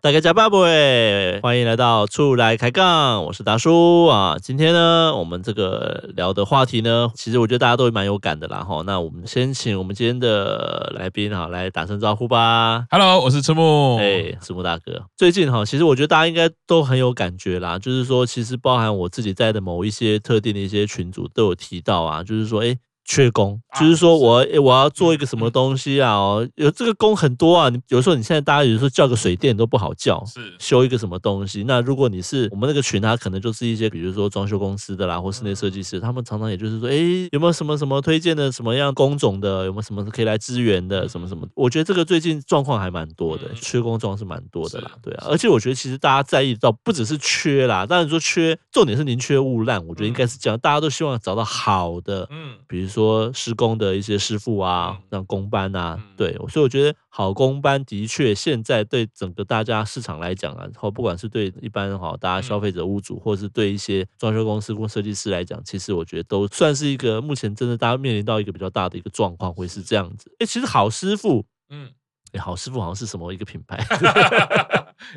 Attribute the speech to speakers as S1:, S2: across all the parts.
S1: 大家加巴不会，欢迎来到出来开杠，我是达叔啊。今天呢，我们这个聊的话题呢，其实我觉得大家都蛮有感的啦哈。那我们先请我们今天的来宾哈来打声招呼吧。
S2: Hello，我是赤木。
S1: 哎，石木大哥，最近哈，其实我觉得大家应该都很有感觉啦，就是说，其实包含我自己在的某一些特定的一些群组都有提到啊，就是说，哎。缺工，
S2: 啊
S1: 就是说
S2: 是嗯
S1: 我、哎我要做一个什么东西啊？哦，有这个工很多啊。你有时候你现在大家有时候叫个水电都不好叫，
S2: 是
S1: 修一个什么东西。那如果你是我们那个群，它啊可能就是一些比如说装修公司的啦，或室内设计
S2: 嗯
S1: 师，他们常常也就是说，诶，有没有什么什么推荐的什么样工种的，有没有什么可以来支援的，什么什么？我觉得这个最近状况还蛮多的，
S2: 嗯
S1: 缺工状况是蛮多的啦，
S2: 是
S1: 对啊。
S2: 是
S1: 而且我觉得其实大家在意到不只是缺啦，当然说缺，重点是宁缺毋滥，我觉得应该是这样，大家都希望找到好的。
S2: 嗯，
S1: 比如说施工的一些师傅啊
S2: 嗯，
S1: 那工班啊
S2: 嗯，
S1: 对，所以我觉得好工班的确现在对整个大家市场来讲啊，然后不管是对一般哈大家
S2: 嗯
S1: 消费者、屋主，或是对一些装修公司或设计师来讲，其实我觉得都算是一个目前真的大家面临到一个比较大的一个状况，会是这样子。哎，其实好师傅，
S2: 嗯，
S1: 哎，好师傅好像是什么一个品牌？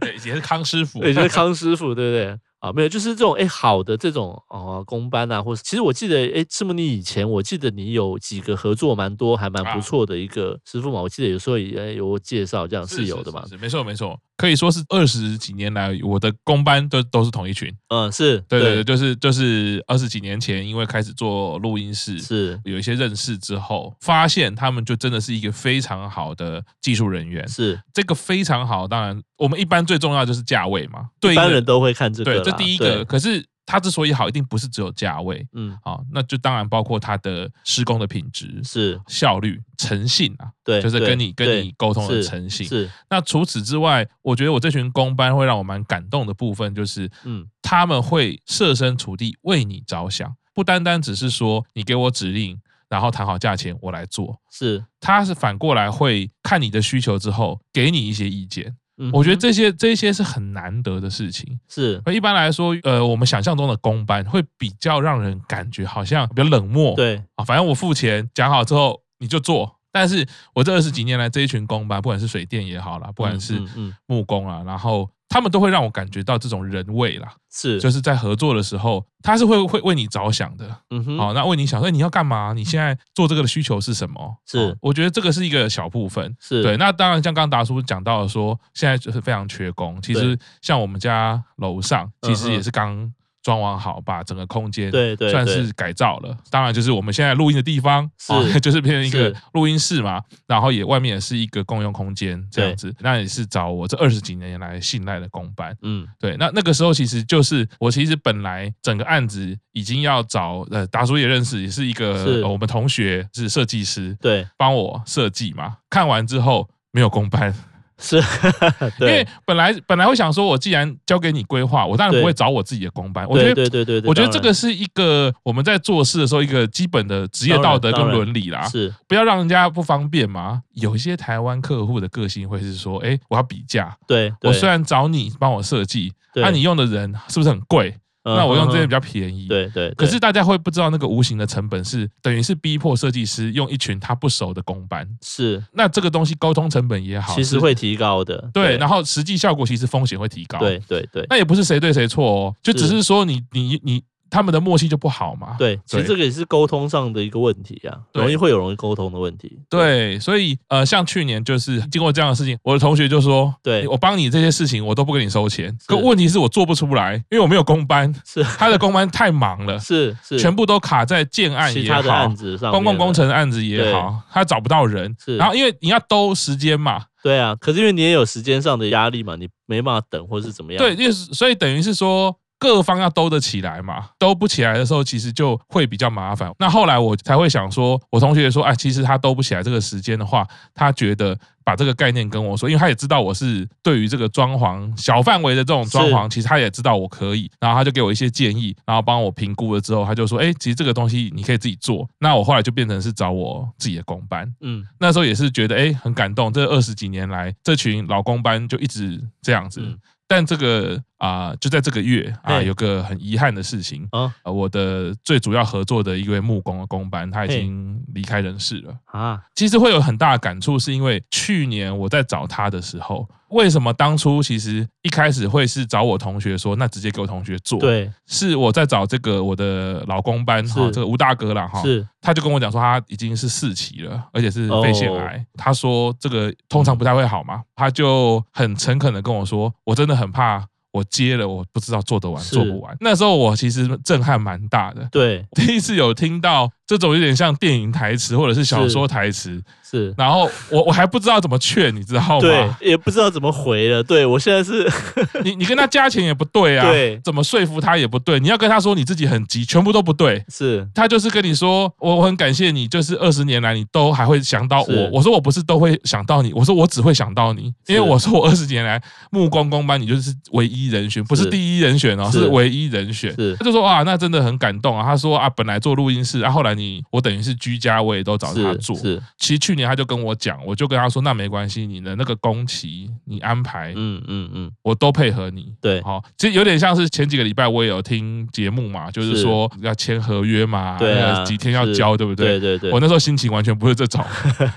S2: 对，也是康师傅。
S1: 对，就是康师傅，对不对？啊，没有，就是这种哎，好的这种啊，工班啊，或是其实我记得哎，赤木你以前我记得你有几个合作蛮多，还蛮不
S2: 啊
S1: 错的一个师傅嘛，我记得有时候也哎有介绍，这样是有的嘛
S2: 是，没错没错，可以说是二十几年来我的公班都都是同一群。
S1: 嗯，是，
S2: 对对对，就是就是二十几年前，因为开始做录音室，
S1: 是
S2: 有一些认识之后，发现他们就真的是一个非常好的技术人员。
S1: 是，
S2: 这个非常好，当然我们一般最重要就是价位嘛，对
S1: 一
S2: 应的
S1: 般人都会看这个
S2: 对，
S1: 啦，
S2: 这第一个。，可是它之所以好，一定不是只有价位。
S1: 嗯，
S2: 好，那就当然包括它的施工的品质、
S1: 是
S2: 效率、诚信啊，
S1: 对，
S2: 就是跟
S1: 对
S2: 你跟
S1: 对
S2: 你沟通的
S1: 是
S2: 诚信。
S1: 是，
S2: 那除此之外，我觉得我这群工班会让我蛮感动的部分，就是
S1: 嗯，
S2: 他们会设身处地为你着想，不单单只是说你给我指令，然后谈好价钱我来做，
S1: 是，
S2: 他是反过来会看你的需求之后给你一些意见。
S1: 嗯
S2: 我觉得
S1: 哼
S2: 这些这些是很难得的事情。
S1: 是
S2: 而一般来说，呃，我们想象中的公班会比较让人感觉好像比较冷漠，
S1: 对，
S2: 啊，反正我付钱讲好之后你就做。但是我这二十几年来，这一群公班，不管是水电也好啦，不管
S1: 嗯
S2: 是
S1: 嗯嗯
S2: 木工啊，然后他们都会让我感觉到这种人味啦，
S1: 是，
S2: 就是在合作的时候，他是会会为你着想的。
S1: 嗯哼，
S2: 好，那为你想，哎，你要干嘛？你现在做这个的需求是什么？
S1: 是
S2: 哦我觉得这个是一个小部分。
S1: 是，
S2: 对，，那当然像刚刚达叔讲到的说，现在就是非常缺工。其实像我们家楼上，
S1: 嗯
S2: 其实也是刚装完好，把整个空间
S1: 对对
S2: 算
S1: 对
S2: 是改造了。当然就是我们现在录音的地方，
S1: 是
S2: 哦 就是变成一个
S1: 是
S2: 录音室嘛，然后也外面也是一个共用空间这样子。那也是找我这二十几年来信赖的公班。
S1: 嗯，
S2: 对，那那个时候其实就是我其实本来整个案子已经要找呃达叔也认识，也是一个
S1: 是
S2: 呃我们同学是设计师，
S1: 对，
S2: 帮我设计嘛。看完之后没有公班，
S1: 是，
S2: 因
S1: 对
S2: 为本来本来会想说，我既然交给你规划，我当然
S1: 对
S2: 不会找我自己的公班。我觉
S1: 对
S2: 得
S1: 对对对对，
S2: 我觉得
S1: 当
S2: 这
S1: 然
S2: 个是一个我们在做事的时候一个基本的职业道德
S1: 当然当
S2: 跟
S1: 然
S2: 伦理啦，
S1: 是
S2: 不要让人家不方便嘛。有一些台湾客户的个性会是说，哎，我要比价，
S1: 对，
S2: 我
S1: 对
S2: 哦虽然找你帮我设计，
S1: 对
S2: 那、你用的人是不是很贵？
S1: 嗯
S2: 那我用
S1: 哼
S2: 这些
S1: 哼
S2: 比较便宜。
S1: 对对，
S2: 可
S1: 对
S2: 是大家会不知道那个无形的成本是等于是逼迫设计师用一群他不熟的公班，
S1: 是
S2: 那这个东西沟通成本也好，
S1: 其实
S2: 是
S1: 会提高的，
S2: 对，然后实际效果其实风险会提高。，
S1: 对对对
S2: 那也不是谁对谁错哦，就只
S1: 是
S2: 是说你你你他们的默契就不好嘛。
S1: 对，其实这个也是沟通上的一个问题啊，
S2: 对
S1: 容易会有容易沟通的问题，
S2: 对，所以呃，像去年就是经过这样的事情，我的同学就说，
S1: 对
S2: 你我帮你这些事情我都不跟你收钱，
S1: 是
S2: 可问题是我做不出来，因为我没有公 班，
S1: 是
S2: 他的公班太忙了，
S1: 是是，
S2: 全部都卡在建案
S1: 其
S2: 也
S1: 他的
S2: 好
S1: 案。子上，
S2: 公共工，程案子也好，他找不到人
S1: 是，
S2: 然后因为你要兜时间嘛，
S1: 对啊，可是因为你也有时间上的压力嘛，你没办法等或是怎么样，
S2: 对，，因为所以等于是说各方要兜得起来嘛，兜不起来的时候，其实就会比较麻烦。那后来我才会想说，我同学也说，哎，其实他兜不起来这个时间的话，他觉得把这个概念跟我说，因为他也知道我是对于这个装潢小范围的这种装潢，其实他也知道我可以，然后他就给我一些建议，然后帮我评估了之后，他就说，哎，其实这个东西你可以自己做。那我后来就变成是找我自己的工班，
S1: 嗯，
S2: 那时候也是觉得哎、诶很感动，这二十几年来，这群老公班就一直这样子。
S1: 嗯
S2: 但这个啊、就在这个月啊，
S1: 嘿
S2: 有个很遗憾的事情
S1: 啊
S2: 啊、我的最主要合作的一位木工的工班，他已
S1: 嘿
S2: 经离开人世了。
S1: 啊，
S2: 其实会有很大的感触，是因为去年我在找他的时候，为什么当初其实一开始会是找我同学说，那直接给我同学做，，
S1: 对，
S2: 是我在找这个我的老公班哈，
S1: 是
S2: 这个吴大哥啦哈，
S1: 是
S2: 他就跟我讲说他已经是四期了，而且是
S1: 哦
S2: 肺腺癌。他说这个通常不太会好嘛，他就很诚恳的跟我说，我真的很怕我接了，我不知道做得完
S1: 是
S2: 做不完。那时候我其实震撼蛮大的，
S1: 对，
S2: 第一次有听到这种有点像电影台词或者是小说台词，
S1: 是。
S2: 然后我我还不知道怎么劝，你知道
S1: 对
S2: 吗？，
S1: 也不知道怎么回了。对我现在是
S2: 你你跟他加钱也不对啊，
S1: 对。
S2: 怎么说服他也不对，你要跟他说你自己很急，全部都不对
S1: 是
S2: 他就是跟你说，我我很感谢你，就是二十年来你都还会想到我
S1: 是。
S2: 我说我不是都会想到你，我说我只会想到你，因为
S1: 是
S2: 我说我二十年来木工工班你就是唯一人选，不是
S1: 是
S2: 第一人选哦，
S1: 是
S2: 是唯一人选。
S1: 是
S2: 他就说哇，那真的很感动啊。他说啊，本来做录音室，啊，后来你我等于是居家，我也都找他
S1: 是
S2: 做。
S1: 是，
S2: 其实去年他就跟我讲，我就跟他说，那没关系，你的那个工期你安排，
S1: 嗯嗯嗯，
S2: 我都配合你。
S1: 对
S2: 好、其实有点像是前几个礼拜我也有听节目嘛，就是
S1: 是
S2: 说要签合约嘛，呃
S1: 对啊
S2: 那几天要
S1: 是
S2: 交，对不对？
S1: 对对对
S2: 我，那时候心情完全不是这 种，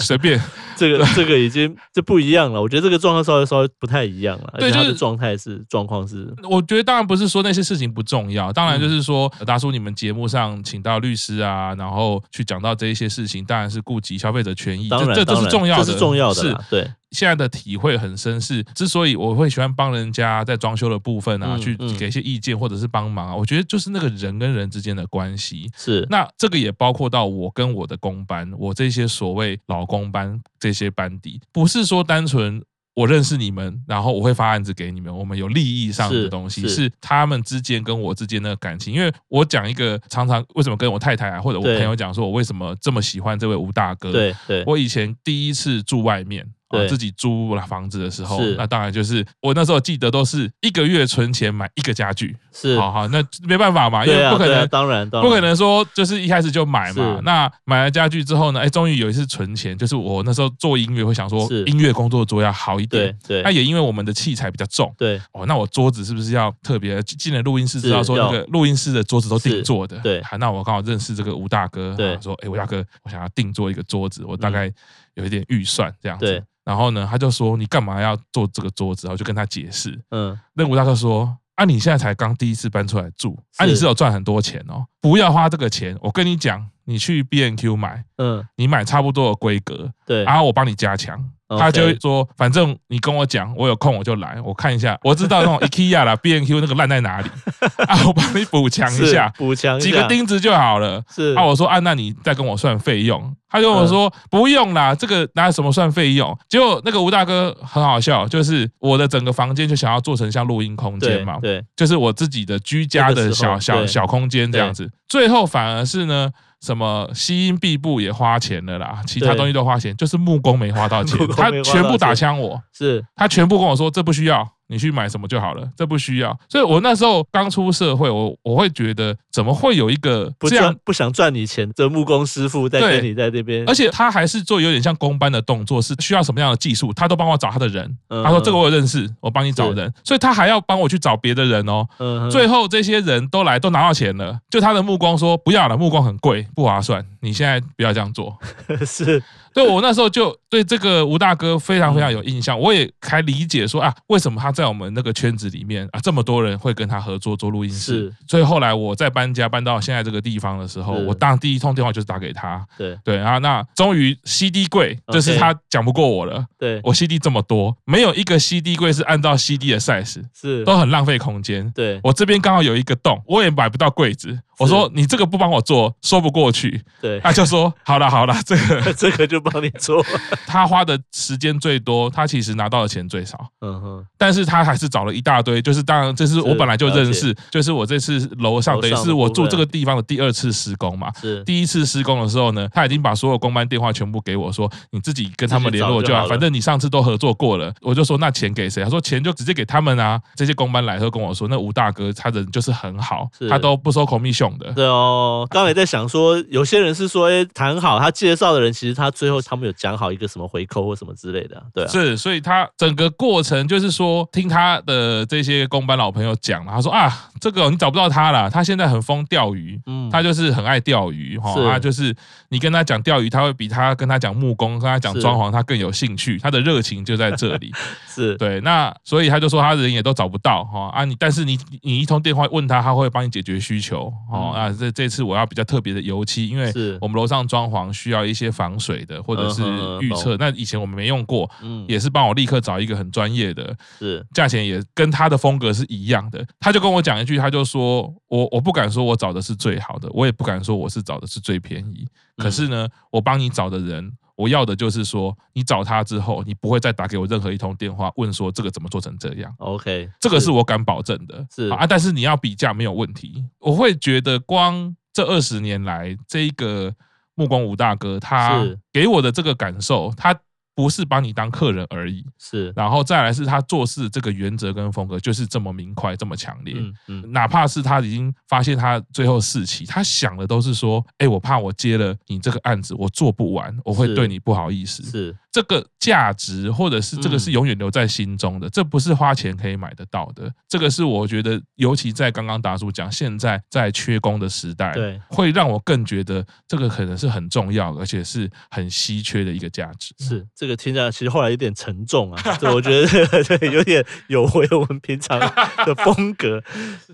S2: 随便。
S1: 这 个这个已经这不一样了。我觉得这个状况稍微稍微不太一样了，而
S2: 对
S1: 且
S2: 就
S1: 他的
S2: 是
S1: 状态是状况是
S2: 我觉得当然不是说那些事情不重要，当
S1: 嗯
S2: 然就是说，呃达叔你们节目上请到律师啊，然后去讲到这一些事情，当然是顾及消费者权益，
S1: 当
S2: 这
S1: 然
S2: 这都
S1: 当
S2: 是
S1: 然
S2: 重要的，
S1: 这是重要的
S2: 是
S1: 啦，对
S2: 现在的体会很深是，之所以我会喜欢帮人家在装修的部分啊，
S1: 嗯
S2: 去
S1: 嗯
S2: 给一些意见或者是帮忙啊，我觉得就是那个人跟人之间的关系。
S1: 是
S2: 那这个也包括到我跟我的工班，我这些所谓老工班这些班底，不是说单纯。我认识你们，然后我会发案子给你们，我们有利益上的
S1: 是
S2: 东西，
S1: 是
S2: 是他们之间跟我之间的感情。因为我讲一个常常为什么跟我太太啊，或者我
S1: 对
S2: 朋友讲说，我为什么这么喜欢这位吴大哥，
S1: 对对
S2: 我以前第一次住外面。啊
S1: 对
S2: 自己租了房子的时候
S1: 是，
S2: 那当然就是我那时候记得都是一个月存钱买一个家具，
S1: 是，
S2: 好好，那没办法嘛，因
S1: 对
S2: 为
S1: 啊
S2: 不可
S1: 对啊，
S2: 能、
S1: 当然当然
S2: 不可能说就是一开始就买嘛
S1: 是。
S2: 那买了家具之后呢，哎，终于有一次存钱，就是我那时候做音乐会想说
S1: 是
S2: 音乐工作桌要好一
S1: 对
S2: 点，
S1: 对
S2: 那也因为我们的器材比较重。
S1: 对
S2: 哦，那我桌子是不是要特别进了录音室，知道说
S1: 是
S2: 那
S1: 要
S2: 个录音室的桌子都定做的？
S1: 是对
S2: 好，那我刚好认识这个吴大哥，
S1: 对嗯
S2: 啊说，哎，吴大哥，我想要定做一个桌子，我大概有一点预算这样子。
S1: 对
S2: 然后呢，他就说你干嘛要做这个桌子？然后就跟他解释。
S1: 嗯
S2: 那吴大哥说。啊，你现在才刚第一次搬出来住，啊，
S1: 是
S2: 你是有赚很多钱哦，不要花这个钱。我跟你讲，你去 B N Q 买，
S1: 嗯
S2: 你买差不多的规格，
S1: 对
S2: 然后我帮你加强。
S1: OK
S2: 啊他就会说，反正你跟我讲，我有空我就来，我看一下，我知道那种 IKEA 啦、B&Q 那个烂在哪里 啊，我帮你补强一
S1: 是
S2: 下，
S1: 补强一
S2: 几个
S1: 下
S2: 钉子就好了。
S1: 是嗯
S2: 啊，我说啊，那你再跟我算费用。他就跟我说、不用啦，这个拿什么算费用？结果那个吴大哥很好笑，就是我的整个房间就想要做成像录音空
S1: 对
S2: 间嘛，
S1: 对
S2: 就是我自己的居家
S1: 那个
S2: 的
S1: 时
S2: 小
S1: 候
S2: 小
S1: 对
S2: 小空间这样子。最后反而是呢，什么吸音壁布也花钱了啦，其他
S1: 对
S2: 东西都花钱，就是木工没花到钱
S1: 木，工
S2: 他
S1: 没花
S2: 全
S1: 到
S2: 部打
S1: 钱
S2: 枪我，
S1: 是
S2: 他全部跟我说这不需要，你去买什么就好了，这不需要。所以我那时候刚出社会，我我会觉得怎么会有一个
S1: 不
S2: 这样
S1: 赚。不想赚你钱的木工师傅在
S2: 对
S1: 跟你在这边，
S2: 而且他还是做有点像工班的动作，是需要什么样的技术，他都帮我找他的人。
S1: 嗯
S2: 他说这个我有认识，我帮你找
S1: 是
S2: 人，所以他还要帮我去找别的人哦。
S1: 嗯哼
S2: 最后这些人都来都拿到钱了，就他的目光说不要了，目光很贵，不划算，你现在不要这样 做。
S1: 是
S2: 对我那时候就对这个吴大哥非常非常有印象，我也才理解说啊，为什么他在我们那个圈子里面啊，这么多人会跟他合作做录音室
S1: 是。
S2: 所以后来我在搬家搬到现在这个地方的时候，
S1: 是
S2: 我当第一通电话就是打给他。
S1: 对
S2: 对，然后那终于 CD 柜，这是
S1: OK
S2: 他讲不过我了。
S1: 对
S2: 我 CD 这么多，没有一个 CD 柜是按照 CD 的 size，
S1: 是
S2: 都很浪费空间。
S1: 对
S2: 我这边刚好有一个洞，我也买不到柜子。我说你这个不帮我做，说不过去。
S1: 对，
S2: 他就说好了好了，这个
S1: 这个就帮你做，
S2: 他花的时间最多，他其实拿到的钱最少。
S1: 嗯哼，
S2: 但是他还是找了一大堆，就是当然，这是我本来就认
S1: 了
S2: 识，就是我这次楼上
S1: 楼上
S2: 等于是
S1: 的
S2: 我
S1: 部
S2: 住
S1: 分
S2: 这个地方的第二次施工嘛。
S1: 是
S2: 第一次施工的时候呢，他已经把所有工班电话全部给我说，你自己跟他们联络
S1: 自己找
S2: 就
S1: 就
S2: 好，
S1: 好了
S2: 反正你上次都合作过了。我就说那钱给谁？他说钱就直接给他们啊。这些工班来的时候跟我说，那吴大哥他人就是很好，
S1: 是
S2: 他都不收 commission 凶的。
S1: 对哦，刚才也在想说，有些人是说，哎，谈好他介绍的人，其实他最后他们有讲好一个什么回扣或什么之类的啊，对啊，
S2: 是，所以他整个过程就是说，听他的这些公班老朋友讲，他说啊，这个你找不到他了，他现在很疯钓鱼，
S1: 嗯，
S2: 他就是很爱钓鱼哈，
S1: 是
S2: 他就是你跟他讲钓鱼，他会比他跟他讲木工、跟他讲
S1: 是
S2: 装潢，他更有兴趣，他的热情就在这里。
S1: 是
S2: 对，那所以他就说他人也都找不到哈啊你，但是你你一通电话问他，他会帮你解决需求
S1: 嗯
S2: 哦、啊，这这次我要比较特别的油漆，因为
S1: 是
S2: 我们楼上装潢需要一些防水的或者是
S1: 嗯哼
S2: 预测，那以前我们没用过，
S1: 嗯
S2: 也是帮我立刻找一个很专业的，
S1: 是
S2: 价钱也跟他的风格是一样的。他就跟我讲一句，他就说我我不敢说我找的是最好的，我也不敢说我是找的是最便宜，
S1: 嗯
S2: 可是呢，我帮你找的人。我要的就是说，你找他之后，你不会再打给我任何一通电话，问说这个怎么做成这样，
S1: OK，
S2: 这个是我敢保证的。
S1: 是
S2: 好啊，但是你要比价没有问题。我会觉得光这二十年来，这一个目光吴大哥他
S1: 是
S2: 给我的这个感受，他不是把你当客人而已，
S1: 是，
S2: 然后再来是他做事这个原则跟风格就是这么明快，这么强烈。
S1: 嗯嗯
S2: 哪怕是他已经发现他最后四期，他想的都是说：“哎，我怕我接了你这个案子，我做不完，我会
S1: 是
S2: 对你不好意思。”
S1: 是
S2: 这个价值，或者是这个
S1: 嗯
S2: 是永远留在心中的，这不是花钱可以买得到的。这个是我觉得，尤其在刚刚达叔讲，现在在缺工的时代，
S1: 对
S2: 会让我更觉得这个可能是很重要，而且是很稀缺的一个价值。
S1: 是，这个听起来其实后来有点沉重啊，对，我觉得这个对有点有违我们平常的风 格，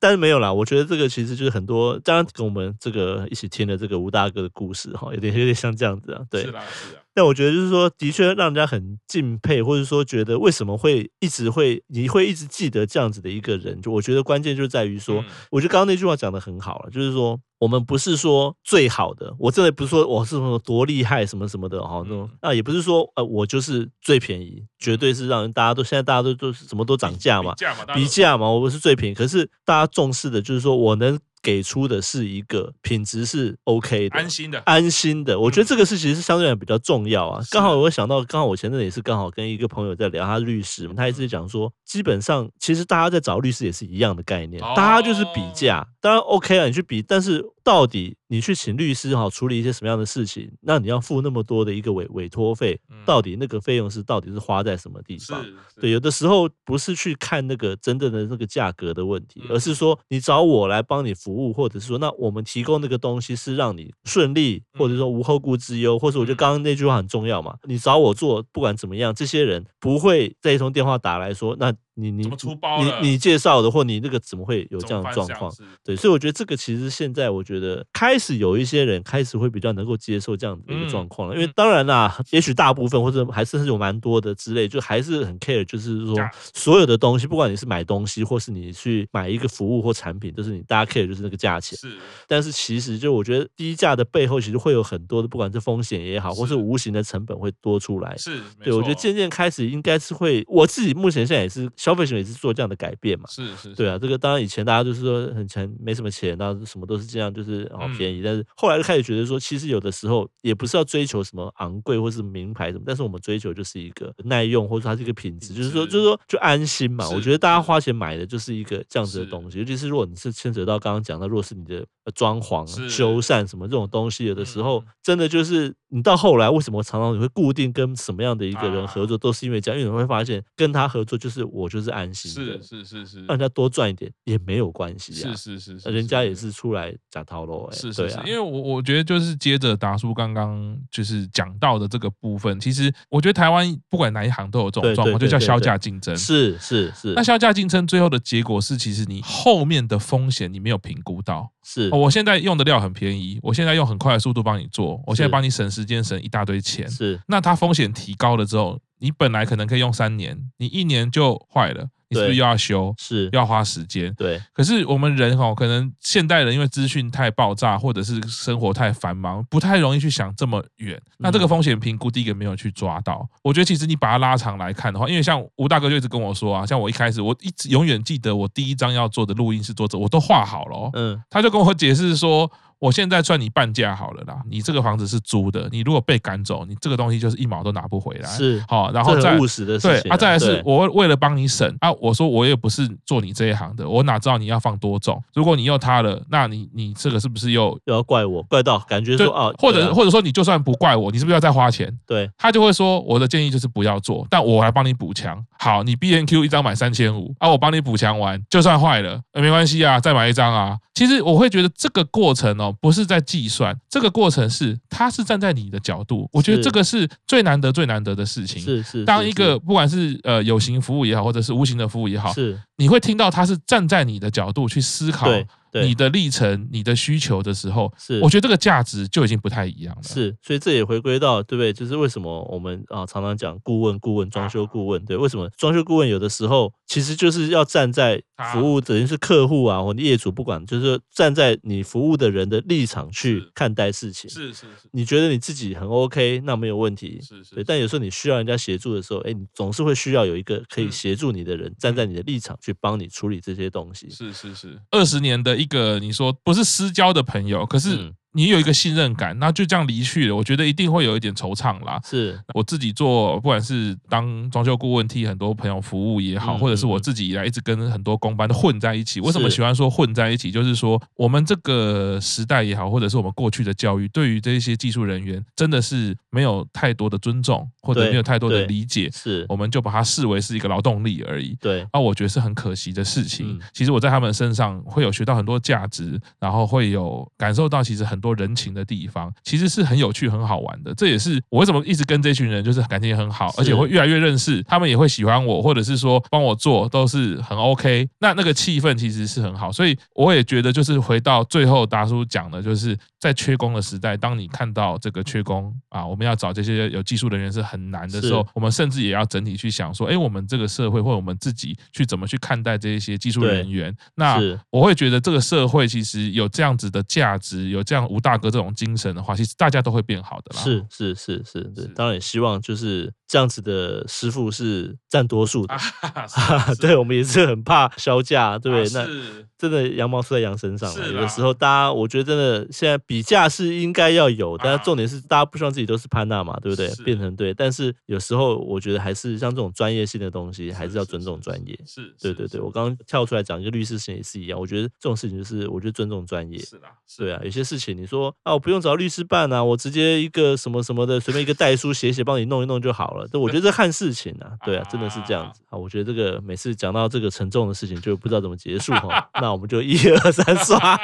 S1: 但是没有啦，我觉得这个其实就是很多，当然跟我们这个一起听的这个吴大哥的故事哈，有点有点像这样子啊，对
S2: 是，啦，是啦。
S1: 但我觉得就是说，的确让人家很敬佩，或者说觉得为什么会一直会，你会一直记得这样子的一个人，就我觉得关键就在于说，
S2: 嗯
S1: 我觉得刚刚那句话讲的很好了，就是说我们不是说最好的，我真的不是说我是什么多厉害什么什么的哈，那种
S2: 嗯
S1: 啊也不是说呃我就是最便宜，绝对是让人大家都现在大家都都是什么都涨价嘛，
S2: 价嘛，
S1: 比价嘛，我不是最便宜，可是大家重视的就是说我能给出的是一个品质是 OK 的，
S2: 安心的。
S1: 安心的。我觉得
S2: 嗯
S1: 这个事情是相对来比较重要啊。
S2: 是
S1: 刚好我想到，刚好我前阵子也是刚好跟一个朋友在聊，他律师嘛，他也是讲说，基本上其实大家在找律师也是一样的概念
S2: 哦，
S1: 大家就是比价。当然 OK 了，你去比，但是到底你去请律师哈处理一些什么样的事情，那你要付那么多的一个委委托费，
S2: 嗯
S1: 到底那个费用是到底是花在什么地
S2: 是
S1: 方？，对，有的时候不是去看那个真正的那个价格的问题，而
S2: 嗯
S1: 是说你找我来帮你服务，或者是说那我们提供那个东西是让你顺利，或者说无后顾之忧，或者我觉得
S2: 嗯
S1: 刚刚那句话很重要嘛，你找我做，不管怎么样，这些人不会在一通电话打来说，那你你
S2: 怎么出包了
S1: 你你介绍的或你那个怎么会有
S2: 有
S1: 这样的状况？对，所以我觉得这个其实现在我觉得开始有一些人开始会比较能够接受这样的一个
S2: 嗯
S1: 状况了，因为当然啦，也许大部分或者还是有蛮多的之类，就还是很 care，就是说
S2: 价
S1: 所有的东西，不管你是买东西或是你去买一个服务或产品，就是你大家 care 就是那个价钱。
S2: 是
S1: 但是其实就我觉得低价的背后，其实会有很多的，不管是风险也好，或
S2: 是
S1: 是无形的成本会多出来。
S2: 是，没
S1: 哎对，我觉得
S2: 错
S1: 渐渐开始应该是会，我自己目前现在也是消费者也是做这样的改变嘛。
S2: 是是，
S1: 对
S2: 啊，
S1: 啊，这个当然以前大家就是说很钱没什么钱，然后什么都是这样，就是好
S2: 嗯
S1: 便宜。但是后来就开始觉得说，其实有的时候也不是要追求什么昂贵或是名牌什么，但是我们追求就是一个耐用，或者它是一个品质，
S2: 品
S1: 就是说
S2: 质
S1: 就是说就安心嘛。我
S2: 是
S1: 觉得大家
S2: 是
S1: 花钱买的就是一个这样子的
S2: 是
S1: 东西，尤其是如果你是牵扯到刚刚讲到，如果是你的呃装潢
S2: 是、
S1: 修缮什么这种东西，有的时候
S2: 嗯
S1: 真的就是你到后来为什么常常你会固定跟什么样的一个人
S2: 啊
S1: 合作，都是因为这样，因为你会发现跟他合作就是我就是安心的
S2: 是。是是是，
S1: 让人家多赚一点也没有关系啊
S2: 是，是是，是
S1: 人家也。是出来假套路哎，
S2: 是
S1: 对
S2: 是是，
S1: 啊
S2: 因，为我我觉得就是接着达叔刚刚就是讲到的这个部分，其实我觉得台湾不管哪一行都有这种
S1: 对
S2: 状况，
S1: 对
S2: 就叫
S1: 对对
S2: 销
S1: 对
S2: 价竞争。
S1: 是是是
S2: 那销价竞争最后的结果是，其实你后面的风险你没有评估到，
S1: 是
S2: 哦，我现在用的料很便宜，我现在用很快的速度帮你做，我现在
S1: 是
S2: 帮你省时间，省一大堆钱。
S1: 是
S2: 那它风险提高了之后，你本来可能可以用三年，你一年就坏了，你是不是
S1: 对
S2: 又要修，
S1: 是，
S2: 又要花时间？
S1: 对
S2: 可是我们人哦，可能现代人因为资讯太爆炸，或者是生活太繁忙，不太容易去想这么远。那这个风险评估，第一个没有去抓到。我觉得其实你把它拉长来看的话，因为像吴大哥就一直跟我说啊，像我一开始我一直永远记得我第一张要做的录音是作者，我都画好了、哦。
S1: 嗯
S2: 他就跟我解释说，我现在算你半价好了啦，你这个房子是租的，你如果被赶走，你这个东西就是一毛都拿不回来。
S1: 是
S2: 好，然
S1: 然
S2: 后再
S1: 很务实的
S2: 对
S1: 事情
S2: 啊，再来是
S1: 对
S2: 我为了帮你省啊，我说我也不是做你这一行的，我哪知道你要放多重？如果你又塌了，那你你这个是不是又
S1: 又要怪我，怪到感觉
S2: 对
S1: 说啊，
S2: 或
S1: 对
S2: 者
S1: 啊
S2: 或者说你就算不怪我，你是不是要再花钱？
S1: 对
S2: 他就会说我的建议就是不要做，但我来帮你补强。好，你 B N Q 一张买三千五啊，我帮你补强完，就算坏了、呃没关系啊，再买一张啊。其实我会觉得这个过程哦，不是在计算，这个过程是他是站在你的角度，我觉得
S1: 是
S2: 这个是最难得最难得的事情。
S1: 是是
S2: 当
S1: 是
S2: 一个不管是呃有形服务也好，或者是无形的服务也好，
S1: 是
S2: 你会听到他是站在你的角度去思考
S1: 对对
S2: 你的历程、你的需求的时候，
S1: 是
S2: 我觉得这个价值就已经不太一样了。
S1: 是，所以这也回归到对不对？就是为什么我们啊常常讲顾问、顾问、装修顾问，对，为什么装修顾问有的时候其实就是要站在
S2: 啊
S1: 服务，等于是客户啊或业主，不管就是说站在你服务的人的立场去
S2: 是
S1: 看待事情。
S2: 是是是
S1: 你觉得你自己很 OK，那没有问题。
S2: 是
S1: 对，但有时候你需要人家协助的时候，哎，你总是会需要有一个可以
S2: 嗯
S1: 协助你的人，站在你的立场去帮你处理这些东西。
S2: 是是是，二十年的一个你说不是私交的朋友，可是
S1: 嗯
S2: 你有一个信任感，那就这样离去了，我觉得一定会有一点惆怅啦。
S1: 是，
S2: 我自己做，不管是当装修顾问替很多朋友服务也好，
S1: 嗯
S2: 或者是
S1: 嗯
S2: 我
S1: 嗯
S2: 自己以来一直跟很多工班都混在一起。为什么
S1: 是
S2: 喜欢说混在一起？就是说我们这个时代也好，或者是我们过去的教育，对于这些技术人员真的是没有太多的尊重，或者
S1: 对
S2: 没有太多的
S1: 对
S2: 理解，
S1: 是，
S2: 我们就把它视为是一个劳动力而已。
S1: 对，
S2: 啊，我觉得是很可惜的事情
S1: 嗯。
S2: 其实我在他们身上会有学到很多价值，然后会有感受到其实很多人情的地方，其实是很有趣、很好玩的。这也是我为什么一直跟这群人就是感情也很好，
S1: 是
S2: 而且会越来越认识，他们也会喜欢我，或者是说帮我做都是很 OK。那那个气氛其实是很好，所以我也觉得就是回到最后达叔讲的，就是在缺工的时代，当你看到这个缺工啊，我们要找这些有技术人员是很难的时候
S1: 是，
S2: 我们甚至也要整体去想说，哎，我们这个社会或我们自己去怎么去看待这一些技术人员？那
S1: 是
S2: 我会觉得这个社会其实有这样子的价值，有这样吴大哥这种精神的话，其实大家都会变好的啦。
S1: 是是是是
S2: 是
S1: 对，当然也希望就是这样子的师傅是占多数的。
S2: 啊
S1: 对，我们也是很怕销价，对不对？那
S2: 是
S1: 真的羊毛出在羊身上啊，
S2: 是
S1: 有
S2: 啦
S1: 的时候大家我觉得真的现在比价是应该要有，但
S2: 啊
S1: 是重点是大家不希望自己都是潘娜嘛，对不对
S2: 是？
S1: 变成对，但是有时候我觉得还是像这种专业性的东西，还是要尊重专业。
S2: 是，
S1: 对对对，我刚刚跳出来讲一个律师事情也是一样，我觉得这种事情就是我觉得尊重专业。
S2: 是啦，
S1: 对啊，有些事情你说啊，我不用找律师办啊，我直接一个什么什么的，随便一个代书写写，帮你弄一弄就好了。对，我觉得这看事情啊，对啊，真的是这样子啊。我觉得这个每次讲到这个沉重的事情，就不知道怎么结束哈。那我们就一二三刷，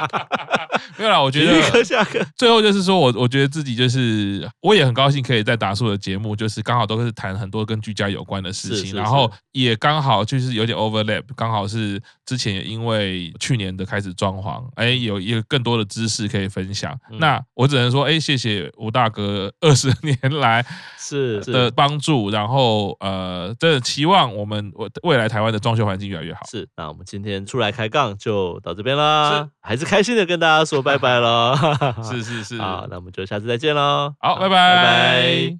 S2: 没有啦，我觉
S1: 一
S2: 得
S1: 个下课。
S2: 最后就是说我，我觉得自己就是，我也很高兴可以在达叔的节目，就是刚好都是谈很多跟居家有关的事
S1: 是
S2: 情，
S1: 是
S2: 然后也刚好就是有点 overlap，刚好是之前也因为去年的开始装潢，哎，有有更多的知识可以分享。
S1: 嗯
S2: 那我只能说，哎，谢谢吴大哥 二十年来
S1: 是
S2: 的
S1: 是
S2: 帮助，然后呃，真的期望我们我未来台湾的装修环境越来越好。
S1: 是，那我们今天出来开杠就到这边啦，还是开心的跟大家说拜拜喽。
S2: 是是是，
S1: 啊好，那我们就下次再见喽。
S2: 好，
S1: 拜
S2: 拜
S1: 拜
S2: 拜。